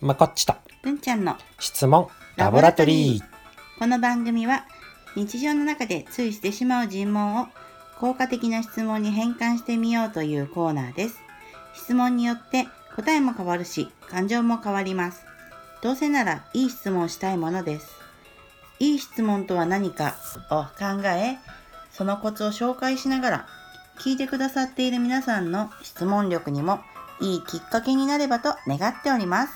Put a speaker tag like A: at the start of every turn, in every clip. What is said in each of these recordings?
A: まこっちと
B: 文ちゃんの
A: 質問ラボラトリー。
B: この番組は日常の中でついしてしまう尋問を効果的な質問に変換してみようというコーナーです。質問によって答えも変わるし感情も変わります。どうせならいい質問をしたいものです。いい質問とは何かを考え、そのコツを紹介しながら聞いてくださっている皆さんの質問力にもいいきっかけになればと願っております。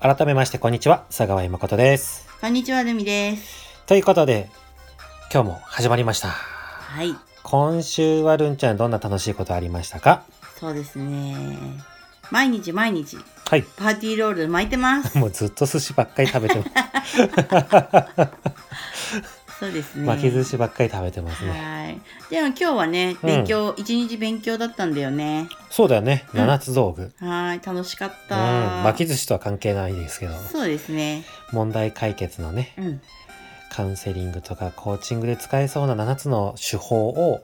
A: 改めましてこんにちは佐川まことです
B: こんにちは、ルミです。
A: ということで今日も始まりました
B: はい、
A: 今週はるんちゃんどんな楽しいことありましたか
B: そうですね。毎日毎日、
A: はい
B: パーティーロール巻いてます。
A: もうずっと寿司ばっかり食べて ます、
B: そうですね。
A: 巻き寿司ばっかり食べてますね
B: はい。でも今日はね、
A: うん
B: 勉強、一、日勉強だったんだよね。
A: そうだよね
B: うん
A: 七つ道具、うん
B: はい、楽しかった。
A: 巻き寿司とは関係ないですけど
B: そうですね。
A: 問題解決のね
B: うん。
A: カウンセリングとかコーチングで使えそうな7つの手法を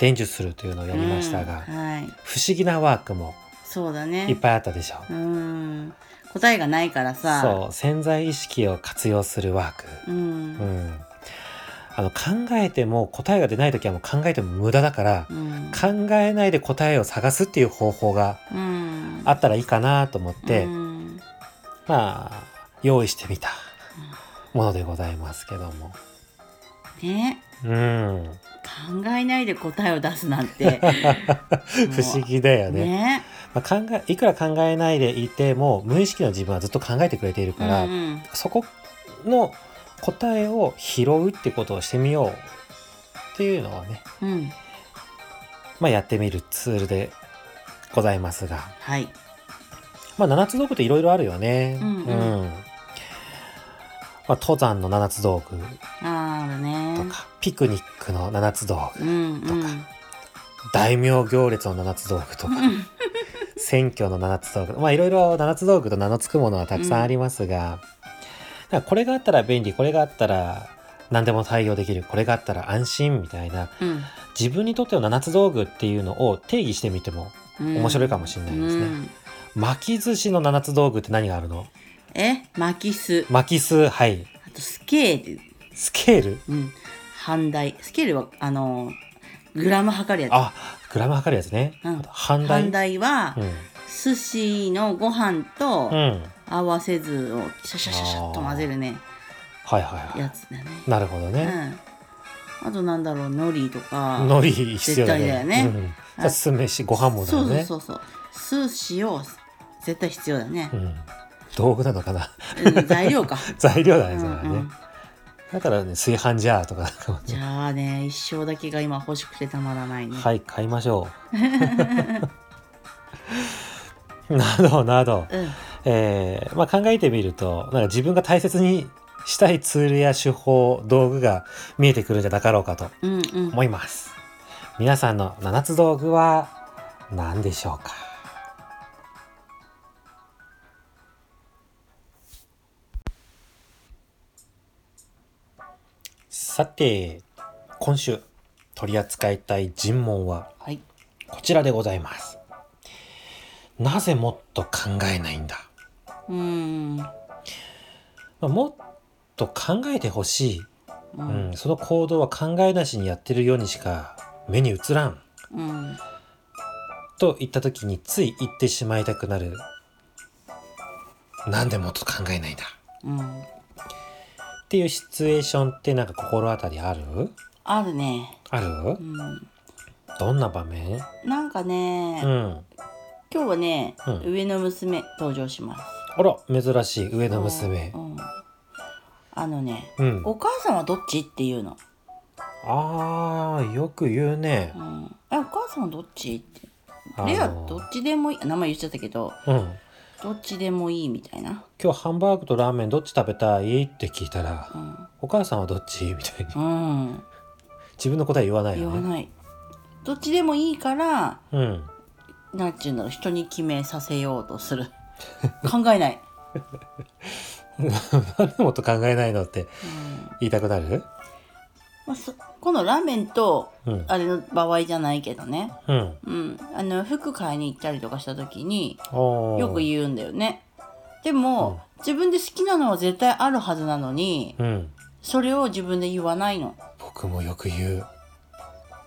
A: 伝授するというのをやりましたが、
B: うんはい。
A: 不思議なワークも
B: そうだ
A: いっ
B: ね。
A: ぱいあったでしょう、
B: うん。答えがないからさ。
A: そう潜在意識を活用するワーク、
B: う。ん。
A: うんあの考えても答えが出ない時はもう考えても無駄だから、
B: うん。
A: 考えないで答えを探すっていう方法が
B: うん。
A: あったらいいかなと思って、
B: うん
A: まあ用意してみたものでございますけども。
B: ね。
A: うん、
B: 考えないで答えを出すなんて。
A: 不思議だよね
B: ね。
A: まあ、考えいくら考えないでいても無意識の自分はずっと考えてくれているから、
B: うんうん
A: そこの答えを拾うってことをしてみようっていうのはね、
B: うん、
A: まあ、やってみるツールでございますが、
B: はい。
A: まあ、7つ道具っていろいろあるよね。
B: うんうん
A: まあ、登山の7つ道具
B: ああね。
A: とか、ピクニックの7つ道具
B: うんうん。
A: とか大名行列の7つ道具とか 選挙の7つ道具まあいろいろ7つ道具と名の付くものはたくさんありますが、だからこれがあったら便利これがあったら何でも対応できるこれがあったら安心みたいな
B: うん。
A: 自分にとっての7つ道具っていうのを定義してみても
B: うん
A: 面白いかもしれないですね
B: うん
A: 巻き寿司の7つ道具って何があるの
B: え、巻きす、
A: 巻き数はい
B: あとスケール、
A: スケール
B: うん、半大、スケールはあのグラム測るや
A: あグラム測るやつね、
B: うん
A: あと半
B: つ。
A: 大
B: 半大は、寿司のご飯
A: うん、う
B: と
A: ん、
B: 合わせずをシャシャシャシャっと混ぜるね、
A: はいはいは
B: やつだね。
A: いなるほど
B: う
A: ね、
B: ん。あとなんだろう、海苔とか。
A: 海苔必要だね
B: 絶対だよね
A: うん、じゃあ酢飯ご飯もだ
B: そ
A: よ
B: う
A: ね
B: そうそうそう。寿司を絶対必要だね
A: う。ん、道具なのかな
B: うん材料か。
A: 材料だ
B: う
A: ね
B: ん
A: それはね、
B: うん
A: だからね炊飯ジャーとかなんかもね
B: じゃあね一生だけが今欲しくてたまらないね。
A: はい買いましょう などなど、
B: うん
A: えーまあ、考えてみるとなんか自分が大切にしたいツールや手法道具が見えてくるんじゃなかろうかと
B: うんうん。
A: 思います皆さんの7つ道具は何でしょうかさて今週取り扱いたい尋問は
B: はい。
A: こちらでございますなぜもっと考えないんだ
B: うーん。
A: まあもっと考えてほしい、う
B: う
A: んん、その行動は考えなしにやってるようにしか目に映らん
B: うん。
A: と言った時につい言ってしまいたくなるなんでもっと考えないんだ
B: うん。
A: っていうシチュエーションってなんか心当たりある
B: あるね。
A: ある
B: うん。
A: どんな場面
B: なんかね、
A: うん
B: 今日はね、
A: うん
B: 上の娘登場します。
A: あら珍しい上の娘
B: うん。うんあのね、
A: うん
B: お母さんはどっちっていうの。
A: あーよく言うね
B: うん。え、お母さんはどっちって。
A: あの
B: レアどっちでもいい。名前言っちゃったけど、
A: うん
B: どっちでもいいみたいな。
A: 今日ハンバーグとラーメンどっち食べたいって聞いたら
B: うん。
A: お母さんはどっちみたいに
B: うん。
A: 自分の答え言わない
B: 言
A: よ
B: わ
A: ね
B: ない。どっちでもいいから、
A: うん
B: なんていうんだろう人に決めさせようとする 考えない、
A: なんでもっと考えないのって言いたくなる
B: まあそこのラーメンと
A: うん。
B: あれの場合じゃないけどね、
A: うん。
B: うん、あの服買いに行ったりとかした時に
A: おー
B: よく言うんだよね。でも、自分で好きなのは絶対あるはずなのに
A: うん。
B: それを自分で言わないの。
A: 僕もよく言う。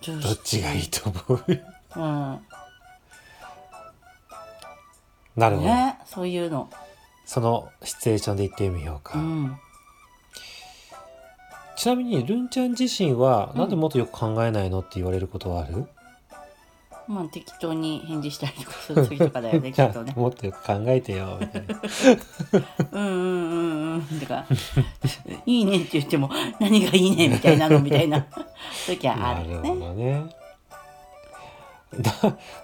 B: ど
A: どっちがいいと思う
B: うん、
A: なるほど。
B: ねそういうの。
A: そのシチュエーションで言ってみようか。
B: うん、
A: ちなみに、ルンちゃん自身は、
B: うん
A: なんでもっとよく考えないのって言われることはある、
B: まあ適当に返事したりとかする時とかだよね き
A: じ
B: っ
A: ゃ
B: とね
A: あ、。もっとよく考えてよ、みたいな。
B: うんうんうんうんとか「いいね」って言っても「何がいいね」みたいなのみた いな時は あ
A: な
B: る
A: るほ
B: ね。
A: どね。だ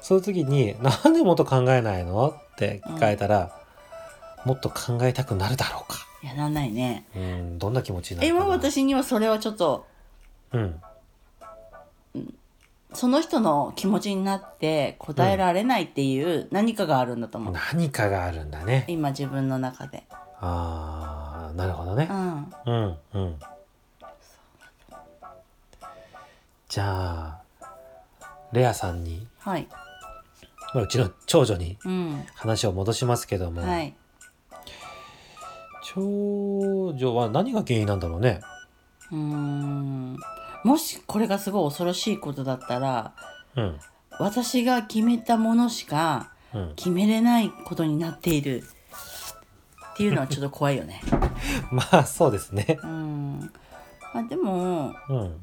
A: その時に「なんでもっと考えないの?」って聞かれたら、もっと考えたくなるだろうか。
B: やらないね。
A: うん、どんな気持ちになる
B: え
A: かな
B: まあ私にはそれはちょっと
A: うん、
B: その人の気持ちになって答えられないっていう何かがあるんだと思う、
A: 何かがあるんだね。
B: 今自分の中で。
A: あーなるほど
B: う
A: ね。
B: ん
A: うんうん。じゃあレアさんに、
B: はい、
A: まあ、うちの長女に
B: うん
A: 話を戻しますけども、
B: はい、
A: 長女は何が原因なんだろうね。
B: うーんもしこれがすごい恐ろしいことだったら
A: うん
B: 私が決めたものしか
A: うん、
B: 決めれないことになっているっていうのはちょっと怖いよね。
A: まあそうですね。
B: うんまあ、でも
A: うん。
B: う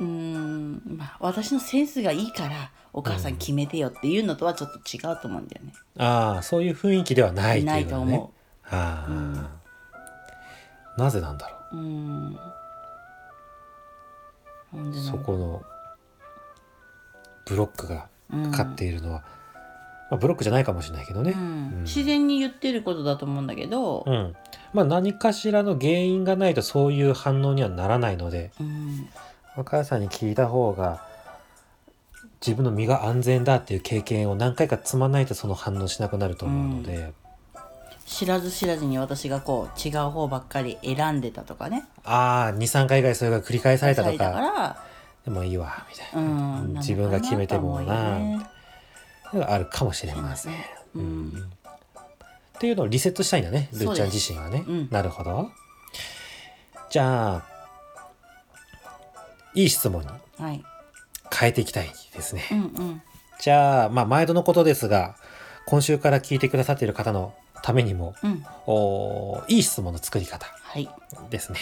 B: ーん、まあ、私のセンスがいいからお母さん決めてよっていうのとはちょっと違うと思うんだよね。
A: ああそういう雰囲気ではない
B: な
A: ってい
B: いうと
A: のは
B: 思
A: ね
B: う。。
A: ああ、なぜなんだろう。
B: うん。なんでなん
A: そこのブロックがかかっているのは、まあ、ブロックじゃないかもしれないけど
B: う
A: ね。
B: ん
A: うん
B: 自然に言ってることだと思うんだけど
A: う、ん。まあ何かしらの原因がないとそういう反応にはならないので、
B: うん、
A: お母さんに聞いた方が自分の身が安全だっていう経験を何回か積まないとその反応しなくなると思うので。
B: 知らず知らずに私がこう違う方ばっかり選んでたとかね。
A: ああ23回以外それが繰り返されたと
B: され
A: か
B: ら、
A: でもいいわみた
B: う
A: いな、
B: ん、なのかな
A: 自分が決めても
B: と
A: な
B: 思うよ
A: み
B: ね
A: たいなのがあるかもしれません。
B: うん
A: っていうのをリセットしたいんだね
B: そ
A: ル
B: うです
A: ーちゃん自身はね。
B: うん
A: なるほど。じゃあいい質問に
B: はい。
A: 変えていきたいですね。
B: うんうん。
A: じゃあ、まあ、毎度のことですが今週から聞いてくださっている方のためにも
B: うん。
A: おいい質問の作り方
B: はい。
A: ですね。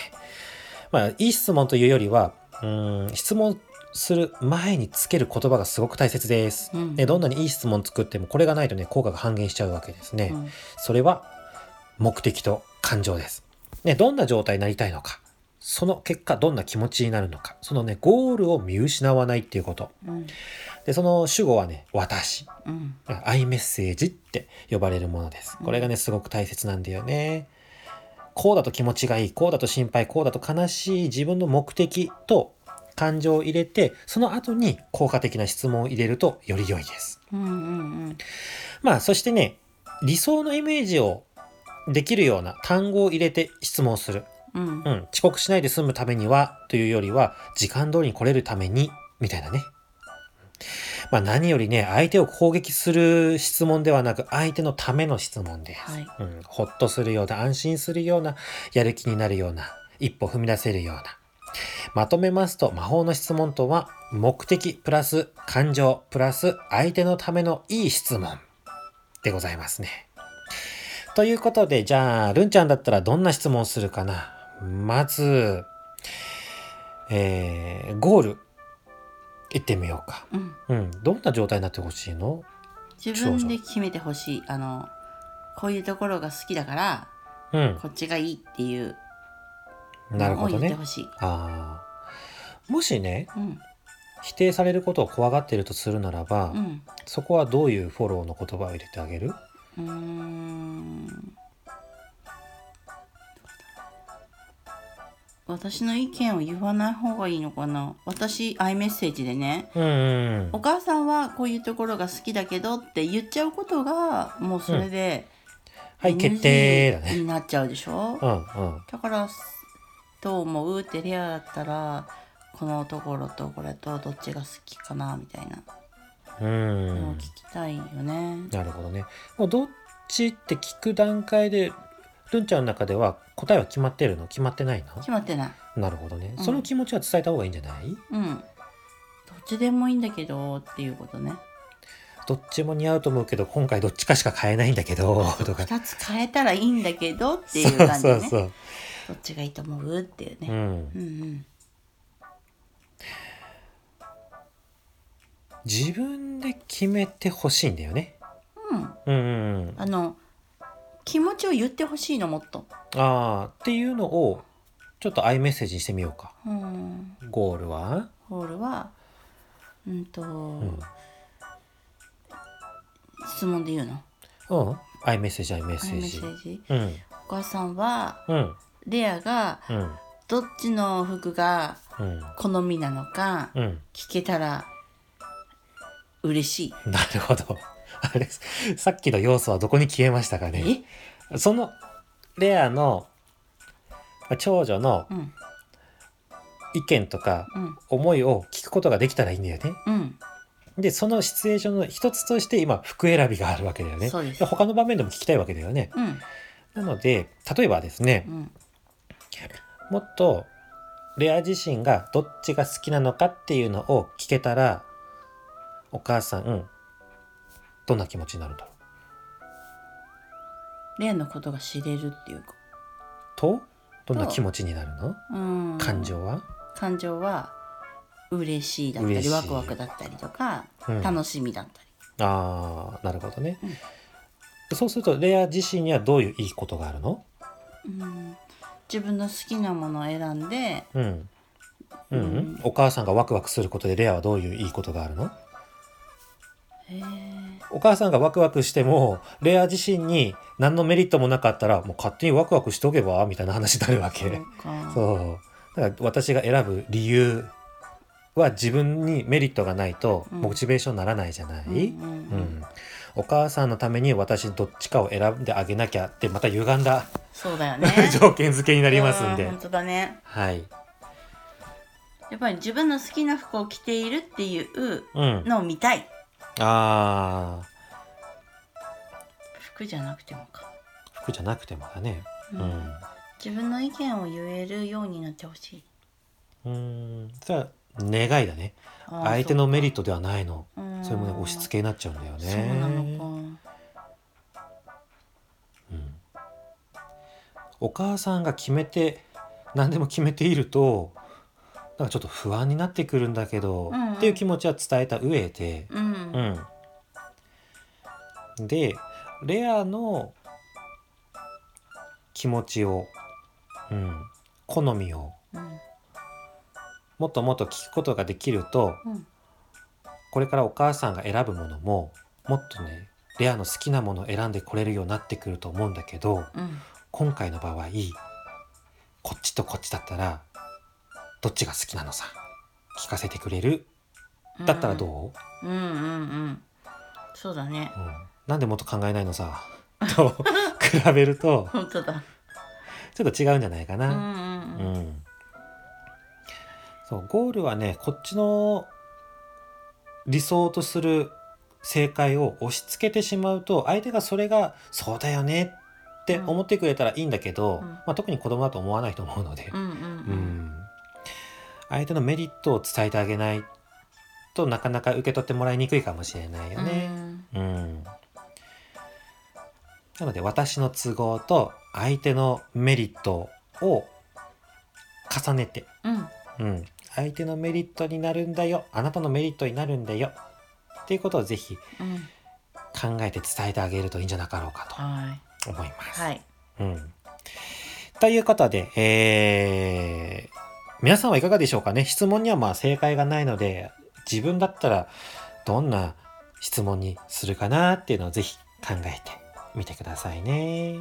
A: まあ、いい質問というよりは、うーん、質問する前につける言葉がすごく大切です。
B: うん
A: でどんなにいい質問作っても、これがないとね、効果が半減しちゃうわけですね。
B: うん
A: それは、目的と感情です。ね、どんな状態になりたいのか、その結果、どんな気持ちになるのか、そのね、ゴールを見失わないっていうこと。
B: うん
A: で、その主語はね、私。
B: うん
A: アイメッセージって呼ばれるものです。これがね、すごく大切なんだよね。こうだと気持ちがいい、こうだと心配、こうだと悲しい、自分の目的と感情を入れて、その後に効果的な質問を入れるとより良いです。
B: うんうん
A: まあ、そしてね、理想のイメージをできるような単語を入れて質問する。
B: うんうん
A: うん、遅刻しないで済むためにはというよりは時間通りに来れるためにみたいなね。まあ何よりね相手を攻撃する質問ではなく相手のための質問です、
B: はい
A: うん。ほっとするような安心するようなやる気になるような一歩踏み出せるような。まとめますと魔法の質問とは目的プラス感情プラス相手のためのいい質問でございますね。ということで、じゃあ、るんちゃんだったらどんな質問をするかなまず、えー、ゴール、行ってみようか。
B: うん
A: うん。どんな状態になってほしいの
B: 自分で決めてほしいあのこういうところが好きだから
A: うん。
B: こっちがいいっていう
A: なる
B: の
A: ほ
B: を
A: ど
B: 言って
A: ね
B: ほ。しい、
A: ああ。もしね、
B: うん
A: 否定されることを怖がっているとするならば、
B: うん
A: そこはどういうフォローの言葉を入れてあげる
B: うーん私の意見を言わない方がいいのかな私アイメッセージでね
A: うんうん
B: お母さんはこういうところが好きだけどって言っちゃうことがもうそれで、
A: はい、決定だ
B: NG
A: ね。
B: になっちゃうでしょ、
A: うんうん。
B: だからどう思うってレアだったらこのところとこれとどっちが好きかなみたいな
A: う
B: のを聞
A: ん
B: きたいよね。
A: なるほどねもうどっちって聞く段階でルンちゃんの中では答えは決まってるの決まってない
B: 決まってない。
A: のなるほどね
B: うん
A: その気持ちは伝えた方がいいんじゃない、
B: うん。どっちでもいいんだけどっていうことね。
A: どっちも似合うと思うけど今回どっちかしか買えないんだけどと か
B: 2つ変えたらいいんだけどって
A: そ
B: いう感じ
A: そ
B: ね。
A: うそう
B: どっちがいいと思うっていう
A: う
B: ね。
A: ん
B: うんうん。
A: 自分で決めてほしいんだよね
B: うん。
A: うんうんうん
B: あの気持ちを言ってほしいのもっと。
A: あーっていうのをちょっとアイメッセージにしてみようか
B: うん。
A: ゴールは
B: ホールはうんと、
A: ん
B: 質問で言うの。
A: うんアイメッセージアイメッ
B: メ
A: セー
B: ッ
A: ジ
B: セージ。
A: うん
B: お母さんは
A: うん
B: レアが
A: うん
B: どっちの服が
A: うん
B: 好みなのか
A: うん
B: 聞けたら嬉しい。
A: なるほど あれさっきの要素はどこに消えましたかね
B: え？
A: そのレアの長女の
B: うん
A: 意見とか
B: うん
A: 思いを聞くことができたらいいんだよね
B: うん。
A: でそのシチュエーションの一つとして今服選びがあるわけだよね
B: そうです
A: で他の場面でも聞きたいわけだよね
B: うん
A: なので例えばですね、
B: うん
A: もっとレア自身がどっちが好きなのかっていうのを聞けたらお母さん、うん、どんな気持ちになるんだろう
B: レアのことが知れるっていうか。
A: とどんな気持ちになるの
B: うん。
A: 感情は、
B: 感情は嬉しいだった
A: 嬉し
B: り
A: い
B: ワクワクだったりとか、
A: うん
B: 楽しみだったり
A: あーなるほどね、
B: うん
A: でそうするとレア自身にはどういういいことがあるの、
B: うん自分の好きなものを選んで
A: うんう
B: うんん、
A: お母さんがワクワクすることでレアはどういういいことがあるの
B: へ
A: お母さんがワクワクしてもレア自身に何のメリットもなかったらもう勝手にワクワクしとけばみたいな話になるわけ。
B: えか
A: そう。だから私が選ぶ理由は自分にメリットがないと
B: うん
A: モチベーションにならないじゃない、
B: う
A: うんん
B: うんうん
A: お母さんのために私どっちかを選んであげなきゃってまた歪んだ
B: そうだ よね
A: 条件付けになりますん
B: う
A: で
B: 本。当だね
A: はい。
B: やっぱり自分の好きな服を着ているっていう
A: うん。
B: のを見たい
A: ああ、
B: 服じゃなくてもか、
A: 服じゃなくてもだね。
B: うん
A: うん。
B: 自分の意見を言えるようになってほしい
A: うん。それは願いだね。
B: あー
A: 相手のメリットではないの。
B: そうかうん
A: それもね、押し付けになっちゃうんだよね。
B: そうなのか
A: うんお母さんが決めて何でも決めているとなんかちょっと不安になってくるんだけど、
B: うんうん
A: っていう気持ちは伝えた上で、
B: うん、
A: うん、でレアの気持ちを、うん、好みを
B: うん
A: もっともっと聞くことができると
B: うん
A: これからお母さんが選ぶものももっとねレアの好きなものを選んでこれるようになってくると思うんだけど、
B: うん
A: 今回の場合こっちとこっちだったらどっちが好きなのさ聞かせてくれる
B: うん
A: だったらどう、
B: うんうんうんそうだね
A: うんなんでもっと考えないのさと 比べると
B: 本当だ
A: ちょっと違うんじゃないか
B: うんう
A: な。うん
B: ん
A: そうゴールはねこっちの理想とする正解を押し付けてしまうと相手がそれが「そうだよね」って思ってくれたらいいんだけど、
B: うん
A: まあ、特に子供だと思わないと思うので。
B: うんうん
A: う
B: うん
A: ん相手のメリットを伝えてあげないとなかなか受け取ってもらいにくいかもしれないよ
B: う
A: ね。
B: ん
A: うんなので私の都合と相手のメリットを重ねて、
B: うん
A: うん、相手のメリットになるんだよあなたのメリットになるんだよっていうことをぜひ
B: うん
A: 考えて伝えてあげるといいんじゃなかろうか
B: はい
A: と思います。
B: はい
A: うん。ということで、えー、皆さんはいかがでしょうかね質問にはまあ正解がないので、自分だったらどんな質問にするかなっていうのをぜひ考えてみてくださいね。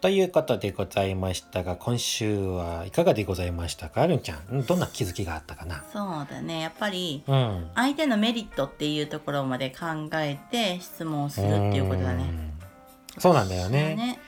A: ということでございましたが、今週はいかがでございましたかるんちゃん、うんどんな気づきがあったかな
B: そうだねやっぱり
A: うん。
B: 相手のメリットっていうところまで考えて質問するっていうことだね
A: んそうなんだよね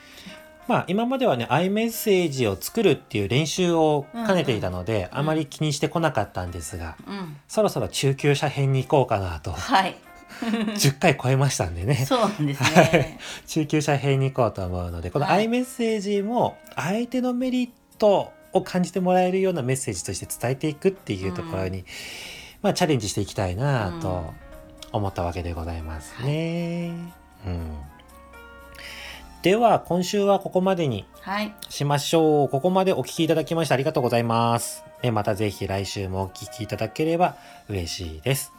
A: まあ今まではね iMessage を作るっていう練習を兼ねていたので、
B: うん
A: あまり気にしてこなかったんですが、
B: そうねうん
A: そろそろ中級者編に行こうかな と
B: はい
A: 10回超えましたんでね
B: そうなんです
A: はい
B: ね
A: 中級者編に行こうと思うのでこの
B: はい
A: iMessage も相手のメリットを感じてもらえるようなメッセージとして伝えていくっていうところに、まあチャレンジしていきたいな
B: うん
A: と思ったわけでございますね。うん、では今週はここまでに
B: はい
A: しましょう。ここまでお聞きいただきましてありがとうございます。ねまたぜひ来週もお聞きいただければ嬉しいです。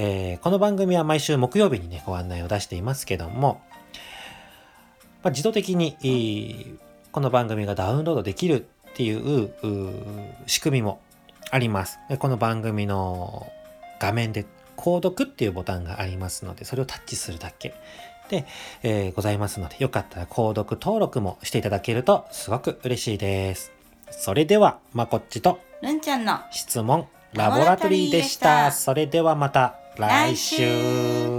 A: えーこの番組は毎週木曜日にね、ご案内を出していますけども、まあ、自動的に、えーこの番組がダウンロードできるっていううー仕組みもあります。でこの番組の画面で購読っていうボタンがありますので、それをタッチするだけ。で、えーございますので、よかったら購読登録もしていただけるとすごく嬉しいです。それでは、まこっちと
B: るんちゃんの
A: 質問ラボラトリーでした。それではまた来週。